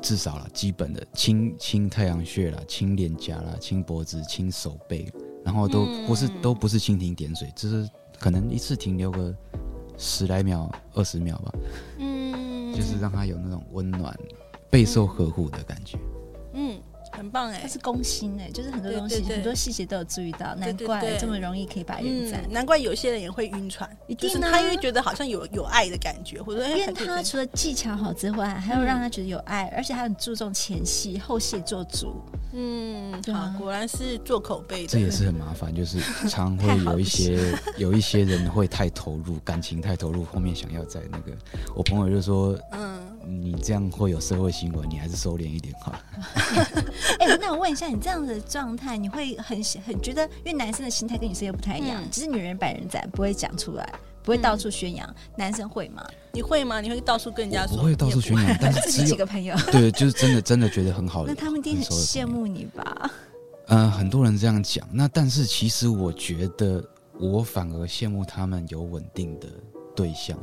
Speaker 1: 至少啦，基本的亲亲太阳穴啦，亲脸颊啦，亲脖子，亲手背，然后都
Speaker 3: 嗯
Speaker 1: 不是、都不是蜻蜓点水，就是可能一次停留个十来秒、二十秒吧，
Speaker 3: 嗯
Speaker 1: 就是让他有那种温暖、备受呵护的感觉。
Speaker 3: 嗯，很棒哎
Speaker 4: 它，是攻心哎、就是很多东西
Speaker 3: 对对对
Speaker 4: 很多细节都有注意到，
Speaker 3: 对
Speaker 4: 难
Speaker 3: 对
Speaker 4: 怪
Speaker 3: 对
Speaker 4: 这么容易可以把人赞。
Speaker 3: 嗯，难怪有些人也会晕船，
Speaker 4: 一
Speaker 3: 就
Speaker 4: 定
Speaker 3: 是
Speaker 4: 啊
Speaker 3: 他因为觉得好像有有爱的感觉，或者哎
Speaker 4: 因为
Speaker 3: 感觉
Speaker 4: 他除了技巧好之外，还有
Speaker 3: 嗯
Speaker 4: 让他觉得有爱，而且他很注重前戏、后戏做 足。
Speaker 3: 嗯，
Speaker 4: 对啊
Speaker 3: 好，果然是做口碑
Speaker 1: 这也
Speaker 3: 的，
Speaker 1: 是很麻烦， 就是常
Speaker 4: 太
Speaker 1: 会
Speaker 4: 好
Speaker 1: 有一
Speaker 4: 了
Speaker 1: 些有一些人会太投入，感情太投入，后面想要在那个，我朋友就说
Speaker 3: 嗯，
Speaker 1: 你这样会有社会新闻，你还是收敛一点好了。
Speaker 4: 哎、那我问一下，你这样的状态，你会很很觉得，因为男生的心态跟女生又不太一样，
Speaker 3: 嗯
Speaker 4: 只是女人百人斩，不会讲出来，不会到处宣扬，男生会吗？
Speaker 3: 你会吗？你会到处跟人家
Speaker 1: 我
Speaker 3: 说？
Speaker 1: 不会到处宣扬，但是
Speaker 4: 自己
Speaker 1: 只
Speaker 4: 几
Speaker 1: 有
Speaker 4: 个朋友，
Speaker 1: 对，就是真的真的觉得很好的。
Speaker 4: 那他们一定很
Speaker 1: 熟的朋
Speaker 4: 羡
Speaker 1: 友。
Speaker 4: 慕你吧？
Speaker 1: 嗯，很多人这样讲，那但是其实我觉得我反而羡慕他们有稳定的对象。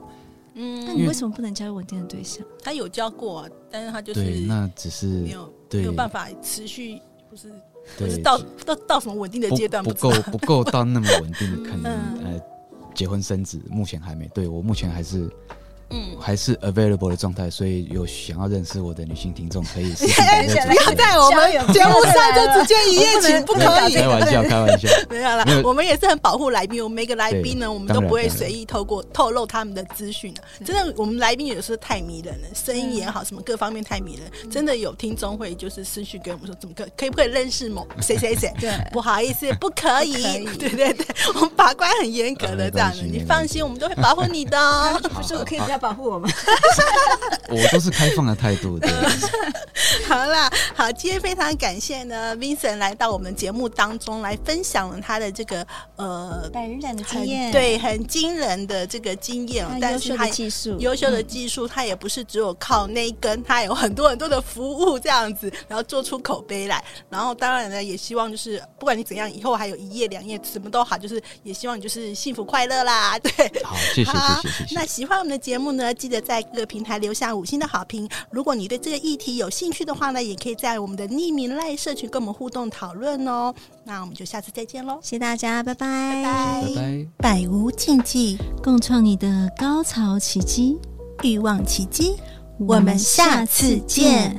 Speaker 4: 那
Speaker 3: 嗯，
Speaker 4: 你为什么不能交稳定的对象？
Speaker 3: 他有教过啊，但是他就是
Speaker 1: 对，那只是
Speaker 3: 没有
Speaker 1: 对
Speaker 3: 没有办法持续，不是不是
Speaker 1: 对，
Speaker 3: 到到到什么稳定的
Speaker 1: 不
Speaker 3: 阶段
Speaker 1: 不
Speaker 3: 知
Speaker 1: 够不够到那么稳定，可能
Speaker 3: 嗯
Speaker 1: 呃结婚生子，目前还没。对我目前还是
Speaker 3: 嗯，
Speaker 1: 还是 available 的状态，所以有想要认识我的女性听众可以私信
Speaker 4: 哎
Speaker 1: 我再主
Speaker 4: 哎
Speaker 3: 不要
Speaker 1: 动
Speaker 3: 在我们节目上就直接一夜情，
Speaker 4: 不
Speaker 3: 不
Speaker 4: 能不
Speaker 3: 可
Speaker 4: 能
Speaker 3: 以。
Speaker 1: 开玩笑，开玩笑。
Speaker 3: 没有啦
Speaker 1: 没有，
Speaker 3: 我们也是很保护来宾。我们每个来宾呢，
Speaker 1: 对
Speaker 3: 我们都不
Speaker 1: 当
Speaker 3: 会
Speaker 1: 然当然
Speaker 3: 随意透过透露他们的资讯的。
Speaker 4: 嗯
Speaker 3: 真的，我们来宾有时候太迷人了，声音也好，什么各方面太迷
Speaker 4: 嗯
Speaker 3: 人。真的有听众会就是私讯给我们说，怎么可可以不可以认识某 谁谁谁？
Speaker 4: 对
Speaker 3: 不好 意思，不可以
Speaker 4: 不可。以
Speaker 3: 对对对，我们把关很严格
Speaker 1: 啊
Speaker 3: 的
Speaker 1: 没
Speaker 3: 这样
Speaker 1: 关
Speaker 3: 的，
Speaker 1: 系
Speaker 3: 你
Speaker 1: 没关
Speaker 3: 放
Speaker 1: 系
Speaker 3: 心，我们都会保护你的哦。
Speaker 4: 不 是我可以比较保护我吗？
Speaker 1: 我都是开放的态度，对，
Speaker 3: 好啦，好，今天非常感谢呢，Vincent 来到我们节目当中来分享了他的这个 呃
Speaker 4: 百人展的
Speaker 3: 很
Speaker 4: 经验，，
Speaker 3: 对很惊人的这个经验哦，
Speaker 4: 还有
Speaker 3: 但
Speaker 4: 优
Speaker 3: 是
Speaker 4: 秀
Speaker 3: 他
Speaker 4: 的技术，
Speaker 3: 优秀的技术，它也不是只有靠那一根，它有很多很多的服务这样子，然后做出口碑来。然后当然呢，也希望就是不管你怎样，以后还有一夜两夜什么都好，就是也希望你就是幸福快乐啦， 对。
Speaker 1: 好，谢谢，
Speaker 3: 好，
Speaker 1: 谢谢，谢谢
Speaker 3: 那。喜欢我们的节目呢，记得在各个平台留下五星的好评。如果你对这个议题有兴趣的话呢，也可以在我们的匿名赖社群跟我们互动讨论哦。那我们就下次再见喽，
Speaker 4: 谢谢大家，拜拜，
Speaker 3: 拜
Speaker 1: 拜拜。
Speaker 3: 百无禁忌，
Speaker 4: 共创你的高潮奇迹，
Speaker 3: 欲望奇迹。
Speaker 4: 我们下次见。